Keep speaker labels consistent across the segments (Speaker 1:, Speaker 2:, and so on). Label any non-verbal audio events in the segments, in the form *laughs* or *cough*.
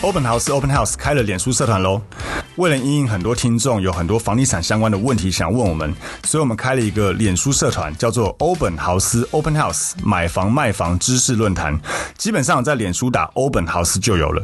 Speaker 1: Open House Open House 开了脸书社团喽。为了因应很多听众有很多房地产相关的问题想问我们，所以我们开了一个脸书社团，叫做 Open House Open House 买房卖房知识论坛。基本上在脸书打 Open House 就有了。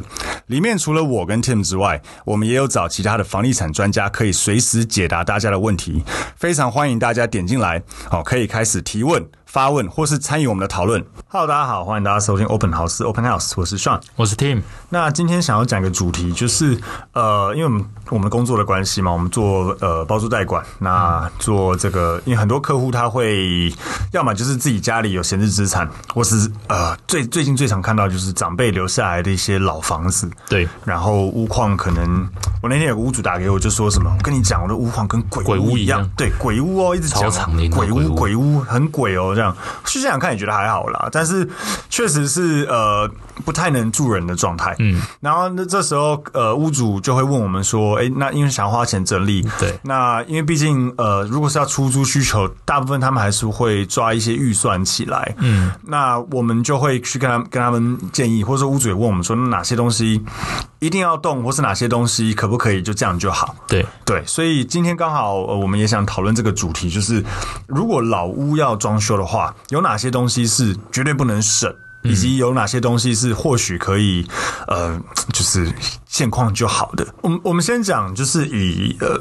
Speaker 1: 里面除了我跟 Tim 之外，我们也有找其他的房地产专家，可以随时解答大家的问题。非常欢迎大家点进来，好，可以开始提问。发问或是参与我们的讨论。Hello，大家好，欢迎大家收听 Open House Open House，我是 Sean。
Speaker 2: 我是 Tim，
Speaker 1: 那今天想要讲一个主题，就是呃，因为我们我们工作的关系嘛，我们做呃包租代管，那做这个，因为很多客户他会要么就是自己家里有闲置资产，或是呃最最近最常看到就是长辈留下来的一些老房子，
Speaker 2: 对，
Speaker 1: 然后屋况可能，我那天有个屋主打给我，就说什么，我跟你讲，我的屋况跟鬼
Speaker 2: 鬼
Speaker 1: 屋
Speaker 2: 屋
Speaker 1: 一
Speaker 2: 一样
Speaker 1: 样，对，鬼屋哦，一直讲
Speaker 2: 超长的那种
Speaker 1: 鬼
Speaker 2: 鬼
Speaker 1: 屋，
Speaker 2: 屋
Speaker 1: 鬼屋很鬼哦，这样去现场看也觉得还好啦，但是确实是呃不太能住人的状态，嗯，然后那这时候呃屋主就会问我们说，哎，那因为想要花钱整理，
Speaker 2: 对
Speaker 1: 那因为毕竟呃如果是要出租需求，大部分他们还是会抓一些预算起来，嗯，那我们就会去跟他跟他们建议，或者说屋主也问我们说，那哪些东西一定要动，或是哪些东西可不可以就这样就好。
Speaker 2: 对，
Speaker 1: 对，所以今天刚好呃，我们也想讨论这个主题，就是如果老屋要装修的话，有哪些东西是绝对不能省，以及有哪些东西是或许可以呃，就是现况就好的。我们我们先讲，就是以呃。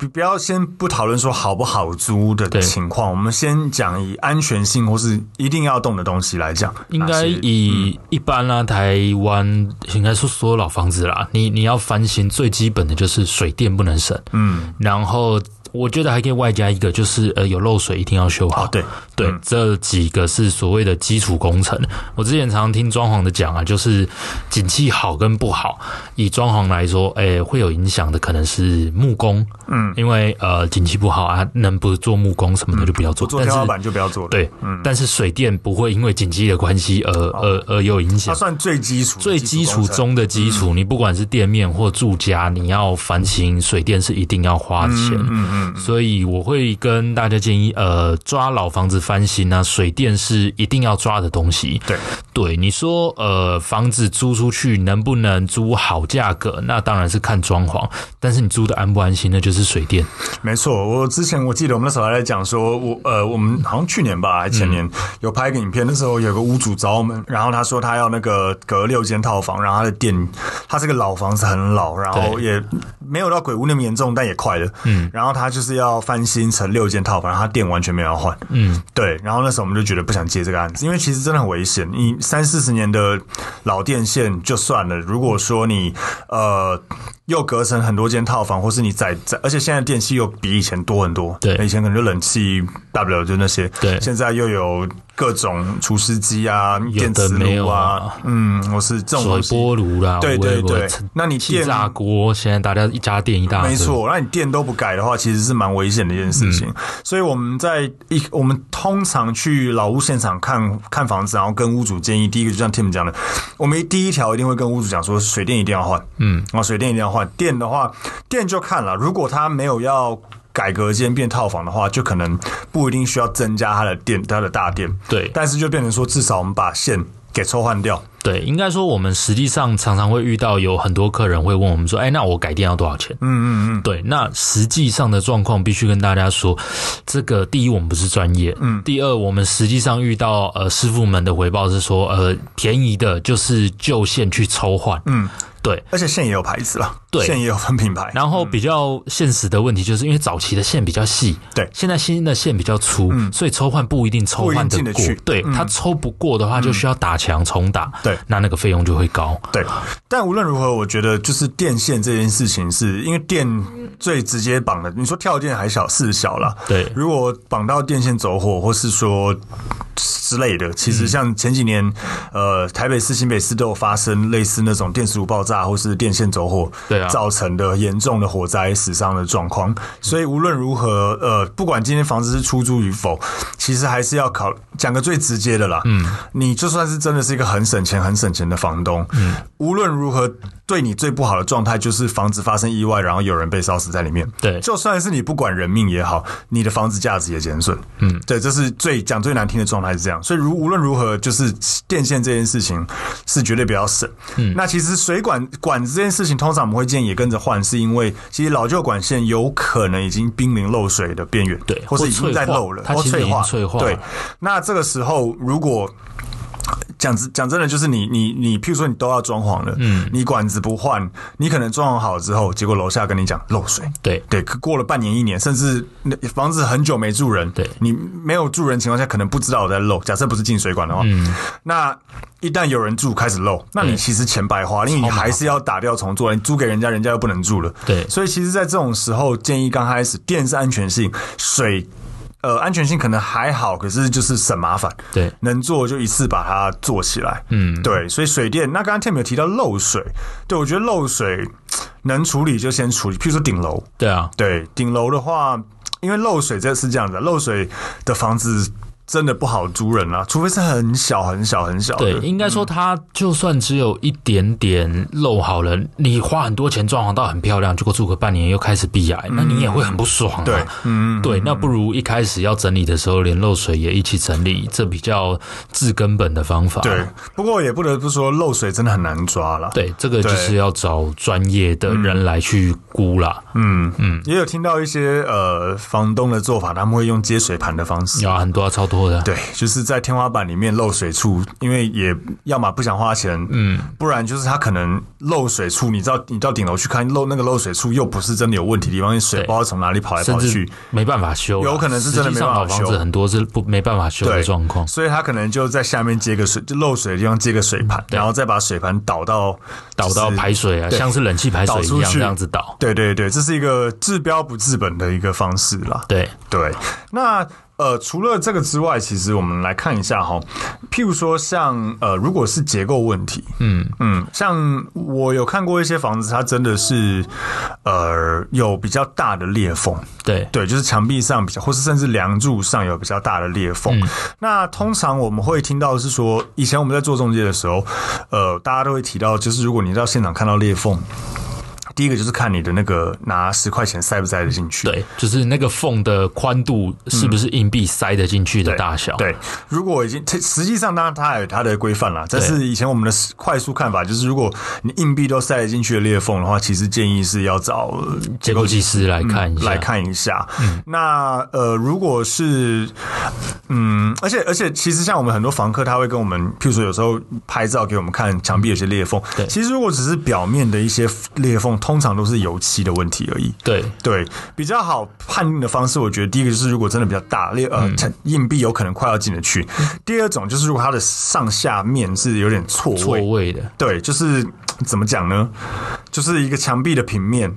Speaker 1: 不不要先不讨论说好不好租的
Speaker 2: 对
Speaker 1: 情况，我们先讲以安全性或是一定要动的东西来讲。
Speaker 2: 应
Speaker 1: 哪
Speaker 2: 该
Speaker 1: 些
Speaker 2: 以
Speaker 1: 嗯
Speaker 2: 一般啦、台湾应该说所有老房子啦，你你要翻新最基本的就是水电不能省，
Speaker 1: 嗯，
Speaker 2: 然后我觉得还可以外加一个就是呃有漏水一定要修好，
Speaker 1: 哦对
Speaker 2: 对、
Speaker 1: 嗯
Speaker 2: 这几个是所谓的基础工程。我之前常听装潢的讲啊，就是景气好跟不好，以装潢来说，诶、会有影响的可能是木工，嗯，因为呃景气不好啊，能不做木工什么的就不要做，
Speaker 1: 嗯不做
Speaker 2: 但
Speaker 1: 天
Speaker 2: 是
Speaker 1: 花板就不要做了，
Speaker 2: 对，但是水电不会因为景气的关系而而而有影
Speaker 1: 哦它
Speaker 2: 响。
Speaker 1: 算最基础的
Speaker 2: 最基础
Speaker 1: 工程嗯
Speaker 2: 中的基础，你不管是店面或住家，你要翻新水电是一定要花钱。
Speaker 1: 嗯嗯
Speaker 2: 所以我会跟大家建议，呃，抓老房子翻新啊，水电是一定要抓的东西。
Speaker 1: 对
Speaker 2: 对，你说呃，房子租出去能不能租好价格？那当然是看装潢，但是你租的安不安心，那就是水电。
Speaker 1: 没错，我之前我记得我们那时候还在讲说，我呃，我们好像去年吧，还前年、有拍一个影片，那时候有个屋主找我们，然后他说他要那个隔六间套房，然后他的店，他是个老房子，很老，然后
Speaker 2: 对
Speaker 1: 也没有到鬼屋那么严重，但也快了，嗯，然后他就是要翻新成六间套房，然后他店完全没有要换，嗯，对，然后那时候我们就觉得不想接这个案子，因为其实真的很危险，你三四十年的老电线就算了，如果说你呃又隔成很多间套房，或是你在在，而且现在电器又比以前多很多。
Speaker 2: 对
Speaker 1: 以前可能就冷气，大不了就那些。
Speaker 2: 对
Speaker 1: 现在又有各种除湿机啊、电磁
Speaker 2: 没
Speaker 1: 炉
Speaker 2: 有
Speaker 1: 啊
Speaker 2: 啊，
Speaker 1: 嗯，或是这种
Speaker 2: 水
Speaker 1: 东西。
Speaker 2: 波炉啦，
Speaker 1: 对对
Speaker 2: 微波
Speaker 1: 对那你
Speaker 2: 气
Speaker 1: 电
Speaker 2: 炸锅，现在大家一家电一大堆，
Speaker 1: 没错，那你电都不改的话，其实是蛮危险的一件事
Speaker 2: 嗯
Speaker 1: 情。所以我们在一，我们通常去老屋现场看看房子，然后跟屋主建议，第一个就像 Tim 讲的，我们第一条一定会跟屋主讲说，水电一定要换，嗯，啊，水电一定要换。电的话，电就看了，如果他没有要。改革间变套房的话，就可能不一定需要增加它的电，它的大电。
Speaker 2: 对
Speaker 1: 但是就变成说，至少我们把线给抽换掉。
Speaker 2: 对，应该说我们实际上常常会遇到有很多客人会问我们说，哎，那我改电要多少钱？嗯嗯嗯，对，那实际上的状况必须跟大家说，这个第一我们不是专业，嗯，第二我们实际上遇到呃师傅们的回报是说，呃，便宜的就是就线去抽换，嗯，对。
Speaker 1: 而且线也有牌子了，
Speaker 2: 对
Speaker 1: 线也有分品牌。
Speaker 2: 然后比较现实的问题，就是因为早期的线比较细，
Speaker 1: 对嗯
Speaker 2: 现在新的线比较粗，所以抽换不一定抽换
Speaker 1: 不一定进得
Speaker 2: 过
Speaker 1: 去，嗯
Speaker 2: 对，它抽不过的话就需要打墙重打，
Speaker 1: 对
Speaker 2: 那那个费用就会高，
Speaker 1: 对，但无论如何，我觉得就是电线这件事情是，因为电最直接绑的，你说跳电还小是小啦，
Speaker 2: 对
Speaker 1: 如果绑到电线走火，或是说之类
Speaker 2: 嗯
Speaker 1: 的，其实像前几年，呃，台北市、新北市都有发生类似那种电磁炉爆炸或是电线走火，
Speaker 2: 对啊
Speaker 1: 造成的严重的火灾死伤的状况。所以无论如何，呃，不管今天房子是出租与否，其实还是要考讲个最直接的啦，嗯，你就算是真的是一个很省钱、很省钱的房东，嗯，无论如何对你最不好的状态就是房子发生意外，然后有人被烧死在里面。
Speaker 2: 对
Speaker 1: 就算是你不管人命也好，你的房子价值也减损。嗯，对，这是最讲最难听的状态是这样。所以如无论如何，就是电线这件事情是绝对不要省。嗯，那其实水管管子这件事情，通常我们会建议也跟着换，是因为其实老旧管线有可能已经濒临漏水的边缘，
Speaker 2: 对
Speaker 1: 或是已经在漏了，
Speaker 2: 或脆化它
Speaker 1: 或
Speaker 2: 其实已
Speaker 1: 脆
Speaker 2: 经
Speaker 1: 化，
Speaker 2: 脆化
Speaker 1: 对
Speaker 2: 了，
Speaker 1: 那这个时候如果讲真讲真的，就是你你你，譬如说你都要装潢了，嗯，你管子不换，你可能装潢好之后，结果楼下跟你讲漏水，
Speaker 2: 对
Speaker 1: 对，可过了半年一年，甚至那房子很久没住人，
Speaker 2: 对
Speaker 1: 你没有住人情况下，可能不知道有在漏。假设不是进水管的话，那一旦有人住开始漏，那你
Speaker 2: 嗯对
Speaker 1: 其实钱白花，因为你还是要打掉重做，你租给人家，人家又不能住了，
Speaker 2: 对
Speaker 1: 所以其实，在这种时候，建议刚开始电是安全性，水。呃，安全性可能还好，可是就是省麻烦。
Speaker 2: 对
Speaker 1: 能做就一次把它做起来。嗯，对，所以水电，那刚刚 Tim 有提到漏水，对我觉得漏水能处理就先处理，譬如说顶楼，
Speaker 2: 对啊，
Speaker 1: 对，顶楼的话，因为漏水这是这样的，漏水的房子真的不好租人啦、除非是很小很小很小
Speaker 2: 对，
Speaker 1: 的。嗯
Speaker 2: 应该说它就算只有一点点漏好了，你花很多钱装潢到很漂亮，结果住个半年又开始闭癌，那你也会很不爽
Speaker 1: 嗯
Speaker 2: 啊。
Speaker 1: 对，
Speaker 2: 嗯，对，那不如一开始要整理的时候，连漏水也一起整理，这比较治根本的方法。
Speaker 1: 对，不过也不得不说，漏水真的很难抓啦。，
Speaker 2: 对，这个就
Speaker 1: 对
Speaker 2: 是要找专业的人来去估啦。
Speaker 1: 嗯也有听到一些呃房东的做法，他们会用接水盘的方式。
Speaker 2: 有啊，很多要超脱的。
Speaker 1: 对，就是在天花板里面漏水处，因为也要么不想花钱，嗯，不然就是他可能漏水处，你到你到顶楼去看漏那个漏水处，又不是真的有问题的地方，因为水
Speaker 2: 对
Speaker 1: 不知道从哪里跑来
Speaker 2: 甚
Speaker 1: 跑
Speaker 2: 至
Speaker 1: 去，
Speaker 2: 没办法修啦，
Speaker 1: 有可能是真的
Speaker 2: 实
Speaker 1: 没
Speaker 2: 际
Speaker 1: 办
Speaker 2: 上
Speaker 1: 法
Speaker 2: 老房
Speaker 1: 修
Speaker 2: 子很多是不没办法修的
Speaker 1: 对
Speaker 2: 状况。
Speaker 1: 所以他可能就在下面接个水，就漏水的地方接个水盘，然后再把水盘导到
Speaker 2: 嗯导到排。水啊，
Speaker 1: 对
Speaker 2: 像是冷气排水
Speaker 1: 导出
Speaker 2: 一样
Speaker 1: 去
Speaker 2: 这样子导。
Speaker 1: 对对对，这是一个治标不治本的一个方式啦。
Speaker 2: 对，
Speaker 1: 对，那呃，除了这个之外，其实我们来看一下哈，譬如说像呃，如果是结构问题，嗯嗯，像我有看过一些房子，它真的是呃有比较大的裂缝，
Speaker 2: 对，
Speaker 1: 对，就是墙壁上比较，或是甚至梁柱上有比较大的裂缝。
Speaker 2: 嗯
Speaker 1: 那通常我们会听到的是说，以前我们在做中介的时候，呃，大家都会提到，就是如果你到现场看到裂缝。第一个就是看你的那个拿十块钱塞不塞得进去，
Speaker 2: 对，就是那个缝的宽度是不是硬币塞得进去的大小？
Speaker 1: 对，如果已经，它实际上当然它有它的规范啦，但是以前我们的快速看法就是，如果你硬币都塞得进去的裂缝的话，其实建议是要找呃
Speaker 2: 结构技师来看一
Speaker 1: 嗯
Speaker 2: 下，嗯
Speaker 1: 来看一下。那呃，如果是嗯，而且而且，其实像我们很多房客，他会跟我们，譬如说有时候拍照给我们看墙壁有些裂缝，
Speaker 2: 对
Speaker 1: 其实如果只是表面的一些裂缝，通常都是油漆的问题而已。
Speaker 2: 对
Speaker 1: 对，比较好判定的方式，我觉得第一个就是如果真的比较大，例
Speaker 2: 嗯
Speaker 1: 呃，它硬币有可能快要进得去；第二种就是如果它的上下面是有点错
Speaker 2: 错
Speaker 1: 位，
Speaker 2: 位的，
Speaker 1: 对，就是怎么讲呢？就是一个墙壁的平面，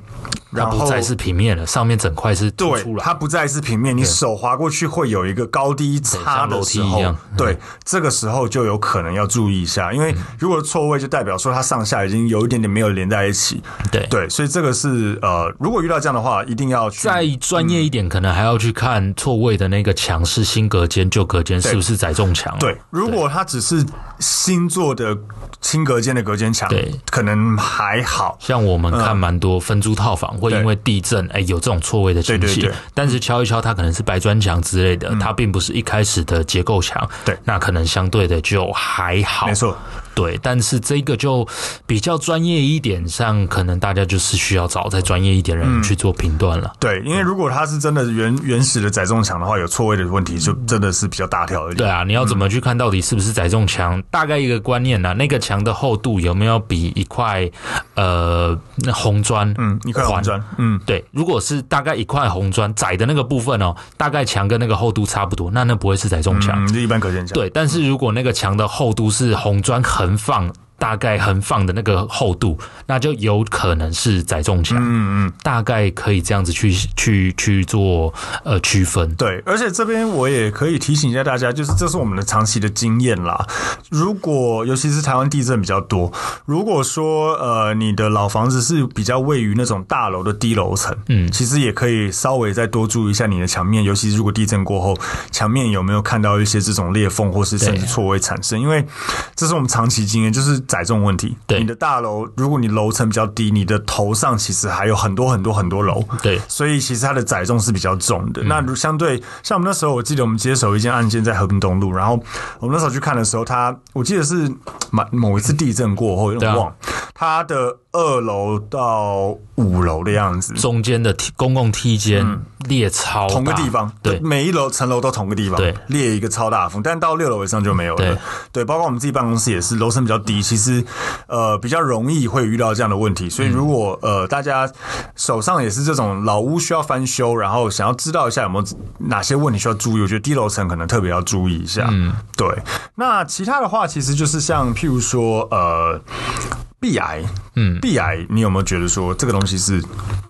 Speaker 1: 然
Speaker 2: 它不
Speaker 1: 后
Speaker 2: 再是平面了，上面整块是凸
Speaker 1: 对
Speaker 2: 出，来。
Speaker 1: 它不再是平面，你手滑过去会有一个高低差
Speaker 2: 像
Speaker 1: 的
Speaker 2: 楼
Speaker 1: 时
Speaker 2: 梯
Speaker 1: 候
Speaker 2: 一样，嗯
Speaker 1: 对，这个时候就有可能要注意一下，因为如果错位就代表说它上下已经有一点点没有连在一起，
Speaker 2: 对
Speaker 1: 对，所以这个是呃，如果遇到这样的话，一定要去
Speaker 2: 再专业一点，可能还要去看错位的那个墙是新隔间、旧隔间是不是载重墙。啊
Speaker 1: 对，，如果它只是新做的轻隔间的隔间墙，
Speaker 2: 对，
Speaker 1: 可能还好。
Speaker 2: 像我们看蛮多分租套房会因为地震，哎，有这种错位的情
Speaker 1: 嗯对对
Speaker 2: 形
Speaker 1: 对，
Speaker 2: 但是敲一敲，它可能是白砖墙之类的，它并不是一开始的结构墙。
Speaker 1: 对
Speaker 2: 那可能相对的就还好。
Speaker 1: 没错，
Speaker 2: 对，但是这个就比较专业一点上，可能大家就是需要找再专业一点的人去做评断了。
Speaker 1: 对，因为如果它是真的原原始的载重墙的话，有错位的问题，就真的是比较大条一点。
Speaker 2: 对啊，你要怎么去看到底是不是载重墙？大概一个观念呢、啊那个墙的厚度有没有比一块呃那红砖？
Speaker 1: 嗯，一块红砖，嗯，
Speaker 2: 对，如果是大概一块红砖窄的那个部分哦，大概墙跟那个厚度差不多，那那不会是载重墙。
Speaker 1: 嗯，就一般隔间墙。
Speaker 2: 对，但是如果那个墙的厚度是红砖横放。大概横放的那个厚度，那就有可能是载重墙。嗯嗯，大概可以这样子去去去做呃区分。
Speaker 1: 对，而且这边我也可以提醒一下大家，就是这是我们的长期的经验啦。如果尤其是台湾地震比较多，如果说呃你的老房子是比较位于那种大楼的低楼层，嗯，其实也可以稍微再多注意一下你的墙面，尤其是如果地震过后，墙面有没有看到一些这种裂缝或是甚至错位产生，因为这是我们长期经验，就是载重问题。
Speaker 2: 对
Speaker 1: 你的大楼，如果你楼层比较低，你的头上其实还有很多很多很多楼。
Speaker 2: 对嗯
Speaker 1: 所以其实它的载重是比较重的。那如相对像我们那时候，我记得我们接手一件案件在和平东路，然后我们那时候去看的时候，它我记得是某某一次地震过后，有点
Speaker 2: 对啊
Speaker 1: 忘，它的二楼到五楼的样子，
Speaker 2: 中间的梯公共梯间裂超大
Speaker 1: 嗯同个地方，
Speaker 2: 对
Speaker 1: 每一楼层楼都同个地方，
Speaker 2: 对
Speaker 1: 列一个超大幅，但到六楼以上就没有了。
Speaker 2: 对
Speaker 1: 包括我们自己办公室也是，楼层比较低，其实呃比较容易会遇到这样的问题。所以
Speaker 2: 嗯
Speaker 1: 如果、呃大家手上也是这种老屋需要翻修，然后想要知道一下有没有哪些问题需要注意，我觉得低楼层可能特别要注意一下。嗯，对。那其他的话，其实就是像譬如说呃。壁癌，嗯，壁癌，你有没有觉得说这个东西是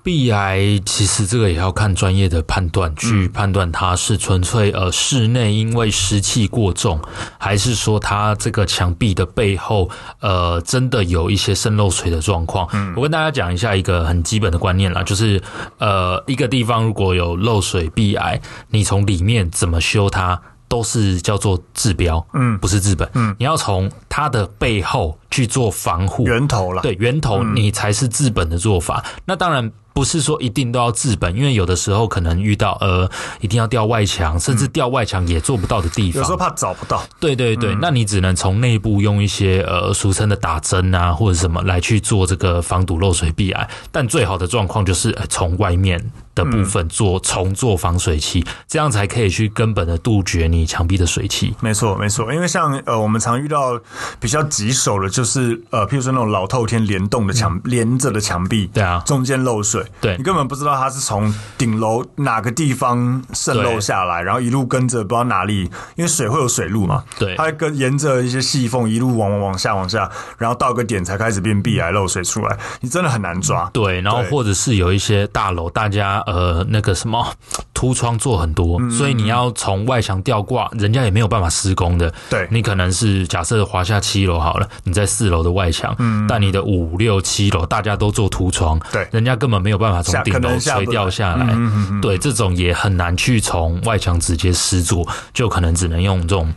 Speaker 2: 壁癌其实这个也要看专业的判断，去判断它是纯粹呃室内因为湿气过重，还是说它这个墙壁的背后呃真的有一些渗漏水的状况。我跟大家讲一下一个很基本的观念啦，就是呃一个地方如果有漏水壁癌，你从里面怎么修它？都是叫做治标，嗯，不是治本，嗯，你要从它的背后去做防护，
Speaker 1: 源头啦？
Speaker 2: 对源头，
Speaker 1: 嗯
Speaker 2: 你才是治本的做法。那当然不是说一定都要治本，因为有的时候可能遇到呃，一定要吊外墙，甚至吊外墙也做不到的地
Speaker 1: 嗯有时候嗯
Speaker 2: 方。
Speaker 1: 怕找不到，
Speaker 2: 对对对，那你只能从内部用一些呃俗称的打针啊，或者什么来去做这个防堵漏水壁癌。但最好的状况就是呃从外面。的部
Speaker 1: 嗯
Speaker 2: 分做重做防水漆，这样才可以去根本的杜绝你墙壁的水汽。
Speaker 1: 没错，没错，因为像呃，我们常遇到比较棘手的，就是呃，譬如说那种老透天联动的墙、连着的墙壁，
Speaker 2: 嗯对啊
Speaker 1: 中间漏水，
Speaker 2: 对
Speaker 1: 你根本不知道它是从顶楼哪个地方渗漏
Speaker 2: 对
Speaker 1: 下来，然后一路跟着不知道哪里，因为水会有水路嘛，
Speaker 2: 对
Speaker 1: 它会跟沿着一些细缝一路往往往下往下，然后到个点才开始变壁癌漏水出来，你真的很难抓，
Speaker 2: 对，然后
Speaker 1: 对
Speaker 2: 或者是有一些大楼，大家呃那个什么凸窗做很多，
Speaker 1: 嗯
Speaker 2: 所以你要从外墙吊挂，人家也没有办法施工的。
Speaker 1: 对
Speaker 2: 你可能是假设华夏七楼好了，你在四楼的外墙，但你的五六七楼大家都做凸窗，
Speaker 1: 嗯对
Speaker 2: 人家根本没有办法从
Speaker 1: 下
Speaker 2: 顶
Speaker 1: 可
Speaker 2: 楼
Speaker 1: 能下不嗯
Speaker 2: 垂吊下来。对，这种也很难去从外墙直接施作，就可能只能用这种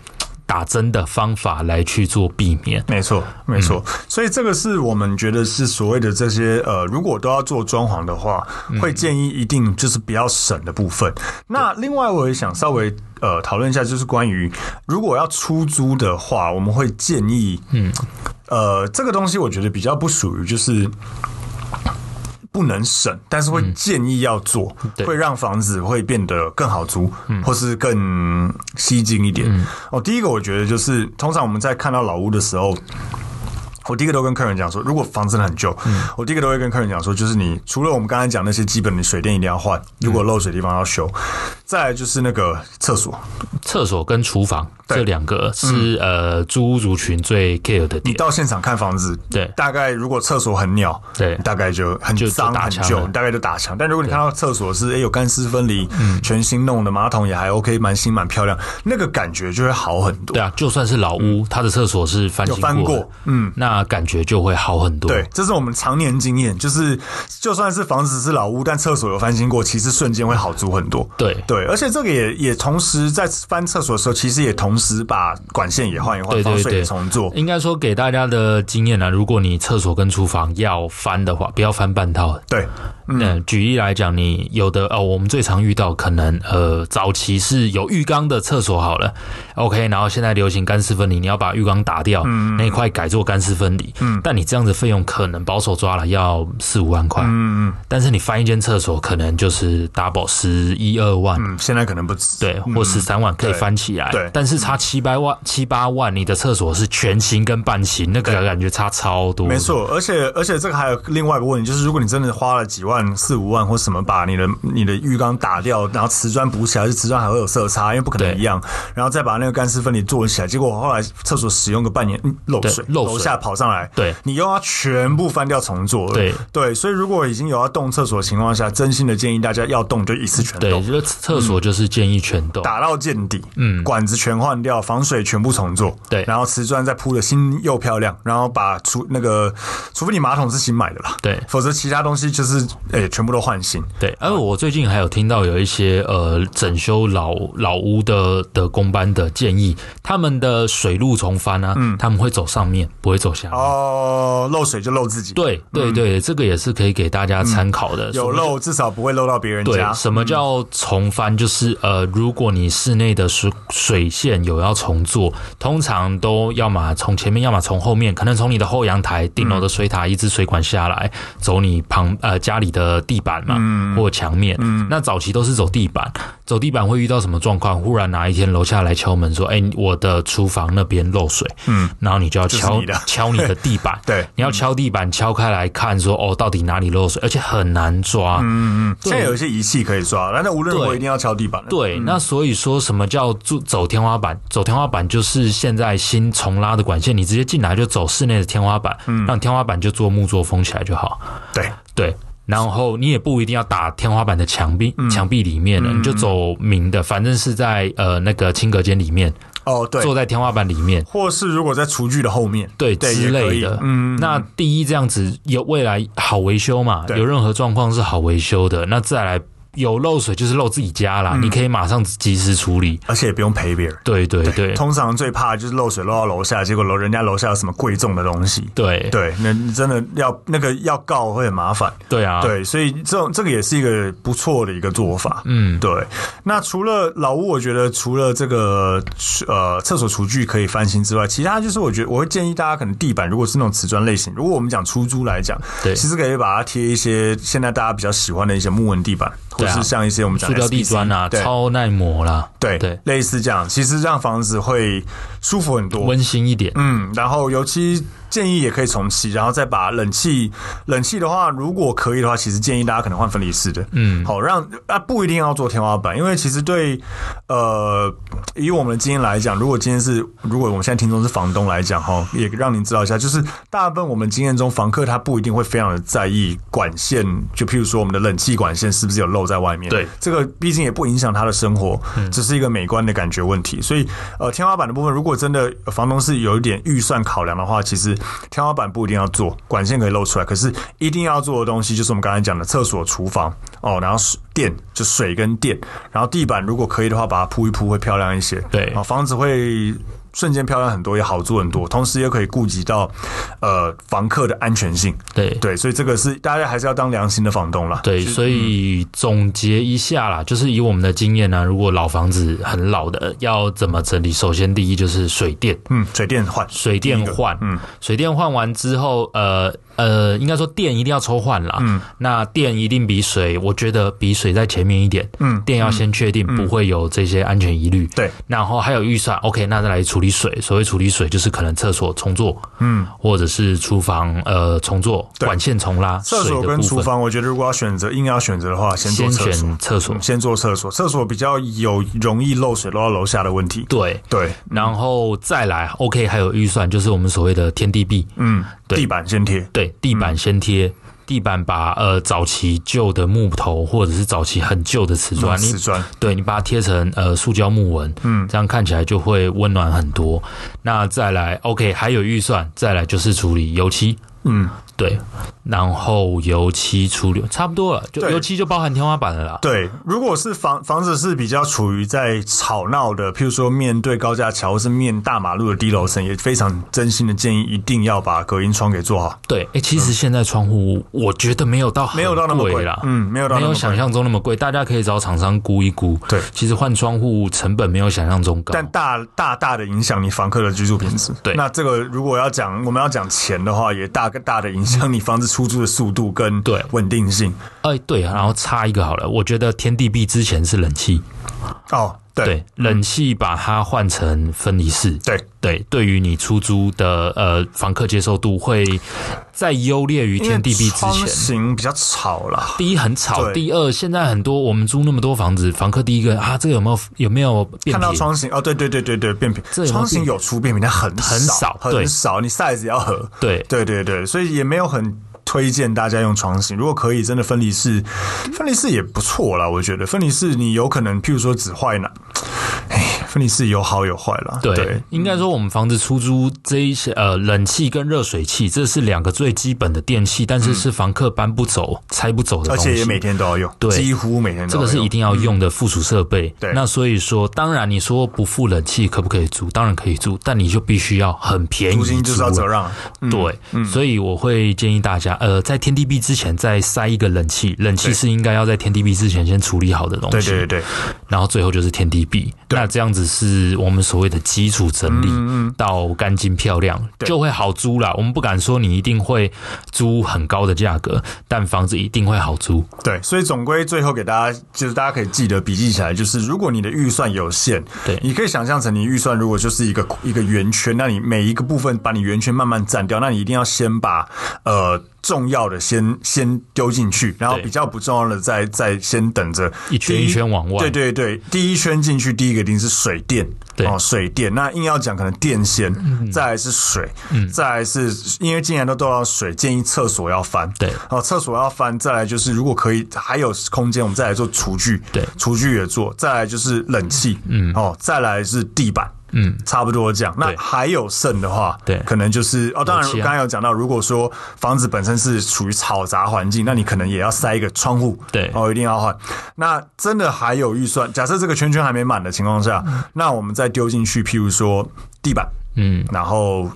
Speaker 2: 打针的方法来去做避免。
Speaker 1: 没错，没错。所以这个是我们觉得是所谓的这些呃，如果都要做装潢的话，会建议一定就是比较省的部分。那另外我也想稍微呃讨论一下，就是关于如果要出租的话，我们会建议，嗯，呃，这个东西我觉得比较不属于就是。不能省，但是会建议要做，
Speaker 2: 对
Speaker 1: 会让房子会变得更好租，或是更吸睛一点。哦，第一个我觉得就是，通常我们在看到老屋的时候。我第一个都跟客人讲说，如果房子真的很旧，我第一个都会跟客人讲说，就是你除了我们刚才讲那些基本的水电一定要换，如果漏水的地方要修，再来就是那个厕所，
Speaker 2: 厕所跟厨房
Speaker 1: 对嗯
Speaker 2: 这两个是、呃租屋族群最 care 的
Speaker 1: 你
Speaker 2: 点。
Speaker 1: 到现场看房子，
Speaker 2: 对
Speaker 1: 大概如果厕所很鸟，
Speaker 2: 对
Speaker 1: 大概就很
Speaker 2: 就
Speaker 1: 脏
Speaker 2: 就打
Speaker 1: 很
Speaker 2: 枪
Speaker 1: 旧，
Speaker 2: 了
Speaker 1: 你大概就打墙。但如果你看到厕所是诶哎有干湿分离，
Speaker 2: 嗯
Speaker 1: 全新弄的，马桶也还 OK，蛮新蛮漂亮，那个感觉就会好很多。
Speaker 2: 对啊，就算是老屋，它的厕所是翻新
Speaker 1: 嗯有翻
Speaker 2: 过的
Speaker 1: 过，嗯，
Speaker 2: 那感觉就会好很多。
Speaker 1: 对，这是我们常年经验，就是就算是房子是老屋，但厕所有翻新过，其实瞬间会好租很多。
Speaker 2: 对
Speaker 1: 对，而且这个也也同时在翻厕所的时候，其实也同时把管线也换一换，
Speaker 2: 对
Speaker 1: 防
Speaker 2: 对
Speaker 1: 水也
Speaker 2: 对，
Speaker 1: 重做。
Speaker 2: 应该说给大家的经验呢、啊如果你厕所跟厨房要翻的话，不要翻半套。
Speaker 1: 对，
Speaker 2: 嗯、举例来讲，你有的哦，我们最常遇到可能呃，早期是有浴缸的厕所好了，OK，然后现在流行干湿分离，你要把浴缸打掉，
Speaker 1: 嗯
Speaker 2: 那一块改做干湿分离，嗯，但你这样子费用可能保守抓了要四五万块，嗯嗯，但是你翻一间厕所可能就是 double 十一二万，
Speaker 1: 嗯，现在可能不止。
Speaker 2: 对，或十三万可以翻起来，
Speaker 1: 对对
Speaker 2: 但是差七百万、七八万，你的厕所是全新跟半新，那个感觉差超多。
Speaker 1: 没，错，而且而且这个还有另外一个问题，就是如果你真的花了几万、四五万或什么，把你的你的浴缸打掉，然后瓷砖补起来，这瓷砖还会有色差，因为不可能
Speaker 2: 对
Speaker 1: 一样，然后再把那个干湿分离做起来，结果后来厕所使用个半年嗯漏
Speaker 2: 对
Speaker 1: 水，
Speaker 2: 漏水
Speaker 1: 楼下跑上来，
Speaker 2: 对
Speaker 1: 你又要全部翻掉重做了，
Speaker 2: 对
Speaker 1: 对，所以如果已经有要动厕所的情况下，真心的建议大家要动就一次全
Speaker 2: 对，
Speaker 1: 动。
Speaker 2: 就是厕厕所就是建议全栋，
Speaker 1: 打到见底，嗯，管子全换掉，防水全部重做，
Speaker 2: 对
Speaker 1: 然后瓷砖再铺的新又漂亮，然后把除那个，除非你马桶是新买的啦，
Speaker 2: 对嗯
Speaker 1: 否则其他东西就是诶、全部都换新，
Speaker 2: 对，而我最近还有听到有一些呃整修老老屋的的工班的建议，他们的水路重翻啊，他们会走上面，不会走下面。
Speaker 1: 哦，漏水就漏自己，，
Speaker 2: 对对对，这个也是可以给大家参考的。
Speaker 1: 有
Speaker 2: 什么
Speaker 1: 漏至少不会漏到别人
Speaker 2: 对
Speaker 1: 家，，嗯
Speaker 2: 什么叫重翻？就是呃，如果你室内的水水线有要重做，通常都要么从前面，要么从后面，可能从你的后阳台、顶楼的水塔一支水管下来，走你旁呃家里的地板嘛，
Speaker 1: 嗯
Speaker 2: 或墙面。那早期都是走地板，走地板会遇到什么状况？忽然哪一天楼下来敲门说：“哎、我的厨房那边漏水。”嗯，然后你就要
Speaker 1: 是
Speaker 2: 敲
Speaker 1: 你的
Speaker 2: *laughs* 敲你的地板，
Speaker 1: *laughs* 对
Speaker 2: 你要敲地板敲开来看说哦，到底哪里漏水，而且很难抓。嗯嗯，
Speaker 1: 现在有一些仪器可以抓，但那无论如何
Speaker 2: 对
Speaker 1: 一定要敲地板，，
Speaker 2: 对，那所以说什么叫走走天花板？走天花板就是现在新重拉的管线，你直接进来就走室内的天花板，
Speaker 1: 嗯
Speaker 2: 让天花板就做木作封起来就好。
Speaker 1: 对，
Speaker 2: 对，然后你也不一定要打天花板的墙壁，
Speaker 1: 嗯
Speaker 2: 墙壁里面了，你就走明的，反正是在呃那个清隔间里面，
Speaker 1: 哦对，
Speaker 2: 坐在天花板里面。
Speaker 1: 或是如果在厨具的后面，
Speaker 2: 对
Speaker 1: 对
Speaker 2: 之
Speaker 1: 也可
Speaker 2: 类
Speaker 1: 以
Speaker 2: 的，嗯，那第一这样子有未来好维修嘛？
Speaker 1: 对
Speaker 2: 有任何状况是好维修的，那再来有漏水就是漏自己家
Speaker 1: 嗯
Speaker 2: 啦，你可以马上及时处理。
Speaker 1: 而且也不用赔别人。
Speaker 2: 对对对，
Speaker 1: 通常最怕就是漏水漏到楼下，结果楼人家楼下有什么贵重的东西。
Speaker 2: 对
Speaker 1: 对，那你真的要那个要告会很麻烦。
Speaker 2: 对啊，
Speaker 1: 对，所以这种这个也是一个不错的一个做法。嗯，对。那除了老屋，我觉得除了这个呃厕所厨具可以翻新之外，其他就是我觉得我会建议大家可能地板如果是那种瓷砖类型，如果我们讲出租来讲，
Speaker 2: 对
Speaker 1: 其实可以把它贴一些现在大家比较喜欢的一些木纹地板，或
Speaker 2: 对啊
Speaker 1: 是像一些我们讲
Speaker 2: 塑料地
Speaker 1: SPC
Speaker 2: 砖啊，
Speaker 1: 对
Speaker 2: 超耐磨啦，
Speaker 1: 对
Speaker 2: 对，
Speaker 1: 类似这样，其实让房子会舒服很多。
Speaker 2: 温馨一点，
Speaker 1: 嗯，然后油漆建议也可以重漆，然后再把冷气，冷气的话，如果可以的话，其实建议大家可能换分离式的，嗯，好让啊不一定要做天花板，因为其实对呃以我们的经验来讲，如果今天是如果我们现在听众是房东来讲哈，也让您知道一下，就是大部分我们经验中房客他不一定会非常的在意管线，就譬如说我们的冷气管线是不是有漏在外面，
Speaker 2: 对
Speaker 1: 这个毕竟也不影响他的生活，
Speaker 2: 嗯
Speaker 1: 只是一个美观的感觉问题。所以，呃，天花板的部分，如果真的呃房东是有一点预算考量的话，其实天花板不一定要做，管线可以露出来，可是一定要做的东西就是我们刚才讲的厕所、厨房哦，然后水电就水跟电，然后地板如果可以的话，把它铺一铺会漂亮一些，
Speaker 2: 对
Speaker 1: 啊，房子会。瞬间漂亮很多，也好做很多，同时也可以顾及到，呃，房客的安全性。
Speaker 2: 对
Speaker 1: 对，所以这个是大家还是要当良心的房东啦。
Speaker 2: 对，所
Speaker 1: 嗯
Speaker 2: 以总结一下啦，就是以我们的经验呢、啊如果老房子很老的，要怎么整理？首先第一就是水电，
Speaker 1: 嗯，水电换，
Speaker 2: 水电换，嗯，水电换完之后，呃呃，应该说电一定要抽换啦，嗯，那电一定比水，我觉得比水在前面一点，嗯，电要先确定不会有这些安全疑虑，
Speaker 1: 对，
Speaker 2: 然后还有预算，OK，那再来处理水，所谓处理水就是可能厕所重做，嗯，或者是厨房呃重做，
Speaker 1: 对
Speaker 2: 管线重拉，
Speaker 1: 厕所
Speaker 2: 水的
Speaker 1: 跟
Speaker 2: 部
Speaker 1: 厨
Speaker 2: 分
Speaker 1: 房，我觉得如果要选择，硬要选择的话，先做
Speaker 2: 先
Speaker 1: 厕所
Speaker 2: 选，厕所
Speaker 1: 嗯，先做厕所，厕所比较有容易漏水漏到楼下的问题。
Speaker 2: 对，
Speaker 1: 对，
Speaker 2: 然后再来 OK，还有预算就是我们所谓的天地壁，
Speaker 1: 嗯，
Speaker 2: 对
Speaker 1: 地板先贴，
Speaker 2: 对，地
Speaker 1: 嗯
Speaker 2: 板先贴。地板把呃早期旧的木头或者是早期很旧的瓷砖，你
Speaker 1: 瓷砖，
Speaker 2: 对你把它贴成呃塑胶木纹，嗯，这样看起来就会温暖很多。那再来，OK，还有预算，再来就是处理油漆，
Speaker 1: 嗯，
Speaker 2: 对，然后油漆处理差不多了，就
Speaker 1: 对
Speaker 2: 油漆就包含天花板了啦。
Speaker 1: 对。如果是房房子是比较处于在吵闹的，譬如说面对高架桥或是面大马路的低楼层，也非常真心的建议，一定要把隔音窗给做好，
Speaker 2: 对，哎、其实现在窗户我觉得没有到很
Speaker 1: 没有到那么贵
Speaker 2: 啦，
Speaker 1: 嗯，没有到
Speaker 2: 没
Speaker 1: 那么
Speaker 2: 有
Speaker 1: 贵。
Speaker 2: 想象中那么贵，大家可以找厂商估一估。
Speaker 1: 对
Speaker 2: 其实换窗户成本没有想象中高。
Speaker 1: 但大大大的影响你房客的居住品质。
Speaker 2: 嗯对
Speaker 1: 那这个如果要讲我们要讲钱的话，也大大的影响你房子出租的速度跟
Speaker 2: 对
Speaker 1: 稳定性。
Speaker 2: 哎，对，然后插一个好了，我觉得天地壁之前是冷气，
Speaker 1: 哦，对
Speaker 2: 对，冷气把它换成分离式，
Speaker 1: 对
Speaker 2: 对，对于你出租的呃房客接受度会再优劣于
Speaker 1: 因为
Speaker 2: 天地壁之
Speaker 1: 窗
Speaker 2: 前。
Speaker 1: 型比较吵啦。
Speaker 2: 第一很吵，
Speaker 1: 对
Speaker 2: 第二现在很多我们租那么多房子，房客第一个啊，这个有没有有没有变
Speaker 1: 看到
Speaker 2: 频？
Speaker 1: 窗型哦，对对对对对，变频
Speaker 2: 这，有没有
Speaker 1: 窗型
Speaker 2: 变
Speaker 1: 有出变频，但很
Speaker 2: 很
Speaker 1: 少
Speaker 2: 少对
Speaker 1: 很少，你 size 要合，
Speaker 2: 对
Speaker 1: 对对对，所以也没有很推荐大家用床型，如果可以，真的分离式，分离式也不错啦。我觉得分离式你有可能，譬如说只坏哪，哎，分离式有好有坏啦。
Speaker 2: 对，应该说我们房子出租这一些呃冷气跟热水器，这是两个最基本的电器，但是是房客搬不走、拆不走
Speaker 1: 嗯
Speaker 2: 的
Speaker 1: 而
Speaker 2: 东西，
Speaker 1: 且也每天都要用，
Speaker 2: 对
Speaker 1: 几乎每天
Speaker 2: 这
Speaker 1: 都要
Speaker 2: 个
Speaker 1: 用。
Speaker 2: 是一定要用的附属设备。
Speaker 1: 对
Speaker 2: 那所以说，当然你说不付冷气可不可以租？当然可以租，但你就必须要很便宜
Speaker 1: 租金就是要嗯
Speaker 2: 租
Speaker 1: 折
Speaker 2: 了
Speaker 1: 让，
Speaker 2: 对，所以我会建议大家，呃，在天地壁之前再塞一个冷气，冷气
Speaker 1: 对
Speaker 2: 是应该要在天地壁之前先处理好的东
Speaker 1: 对
Speaker 2: 西，
Speaker 1: 对对对，
Speaker 2: 然后最后就是天地壁。那这样子是我们所谓的基础整理、到干净漂亮，
Speaker 1: 嗯对
Speaker 2: 就会好租啦。我们不敢说你一定会租很高的价格，但房子一定会好租。
Speaker 1: 对，所以总归最后给大家，就是大家可以记得笔记起来，就是如果你的预算有限，
Speaker 2: 对
Speaker 1: 你可以想象成你预算如果就是一个一个圆圈，那你每一个部分把你圆圈慢慢占掉，那你一定要先把呃。重要的先先丢进去，然后
Speaker 2: 对
Speaker 1: 比较不重要的再再先等着
Speaker 2: 一圈一圈往外
Speaker 1: 对对对，第一圈进去，第一个一定是水电，
Speaker 2: 对嗯
Speaker 1: 哦，水电。那硬要讲，可能电线，再来是水，再来是因为既然都都要水，建议厕所要翻，
Speaker 2: 对
Speaker 1: 哦，厕所要翻，再来就是如果可以还有空间，我们再来做厨具，
Speaker 2: 对
Speaker 1: 厨具也做，再来就是冷气，嗯，哦，再来是地板。嗯，差不多这样。那
Speaker 2: 对
Speaker 1: 还有剩的话，
Speaker 2: 对
Speaker 1: 可能就是哦，当然
Speaker 2: 油漆啊
Speaker 1: 刚才有讲到，如果说房子本身是处于嘈杂环境，那你可能也要塞一个窗户，
Speaker 2: 对
Speaker 1: 哦，一定要换。那真的还有预算，假设这个圈圈还没满的情况下，那我们再丢进去，譬如说地板。
Speaker 2: 嗯，
Speaker 1: 然后，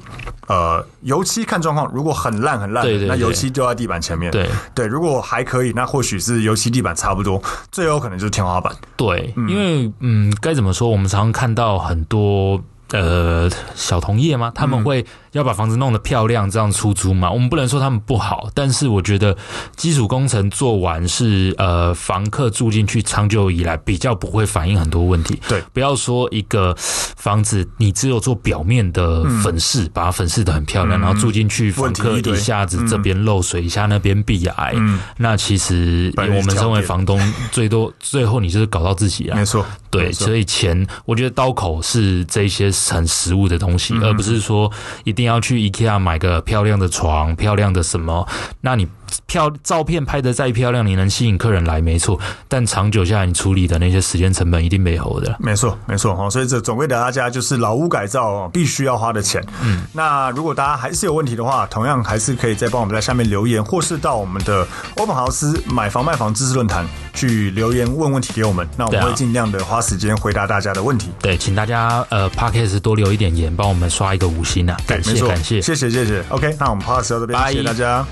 Speaker 1: 呃，油漆看状况，如果很烂很烂，
Speaker 2: 对对
Speaker 1: 那
Speaker 2: 对
Speaker 1: 油漆丢在地板前面。
Speaker 2: 对
Speaker 1: 对，如果还可以，那或许是油漆地板差不多，最有可能就是天花板。
Speaker 2: 对，因为嗯，该怎么说？我们常常看到很多呃小同业嘛，他
Speaker 1: 嗯
Speaker 2: 们会要把房子弄得漂亮，这样出租嘛。我们不能说他们不好，但是我觉得基础工程做完是呃房客住进去长久以来比较不会反映很多问题。
Speaker 1: 对，
Speaker 2: 不要说一个房子你只有做表面的粉饰，把它粉饰的很漂亮，然后住进去，
Speaker 1: 嗯问
Speaker 2: 房
Speaker 1: 题
Speaker 2: 客
Speaker 1: 一堆嗯
Speaker 2: 一下子这边漏水，一下那边壁癌，那其实
Speaker 1: 本来
Speaker 2: 我
Speaker 1: 是
Speaker 2: 们
Speaker 1: 条
Speaker 2: 身为
Speaker 1: 件
Speaker 2: 房东， *laughs* 最多最后你就是搞到自己啊
Speaker 1: 没。错，
Speaker 2: 对，
Speaker 1: 没错
Speaker 2: 所以钱，我觉得刀口是这些很实物的东西，
Speaker 1: 嗯
Speaker 2: 而不是说一定要去 IKEA 买个漂亮的床、漂亮的什么。那你漂照片拍的再漂亮，你能吸引客人来没错，但长久下来，你处理的那些时间成本一定没有的啦。
Speaker 1: 没错，没错哦，所以这总归给大家就是老屋改造哦，必须要花的钱。嗯，那如果大家还是有问题的话，同样还是可以再帮我们在下面留言，或是到我们的欧本豪斯买房卖房知识论坛去留言问问题给我们，那我们
Speaker 2: 对啊
Speaker 1: 会尽量的花时间回答大家的问题。
Speaker 2: 对，请大家呃 p a c k a g e 多留一点言，帮我们刷一个五星啊，感
Speaker 1: 没
Speaker 2: 谢
Speaker 1: 错
Speaker 2: 感谢。
Speaker 1: 谢谢谢谢。OK，那我们 p a s 到这边，
Speaker 2: 拜
Speaker 1: 谢谢大家。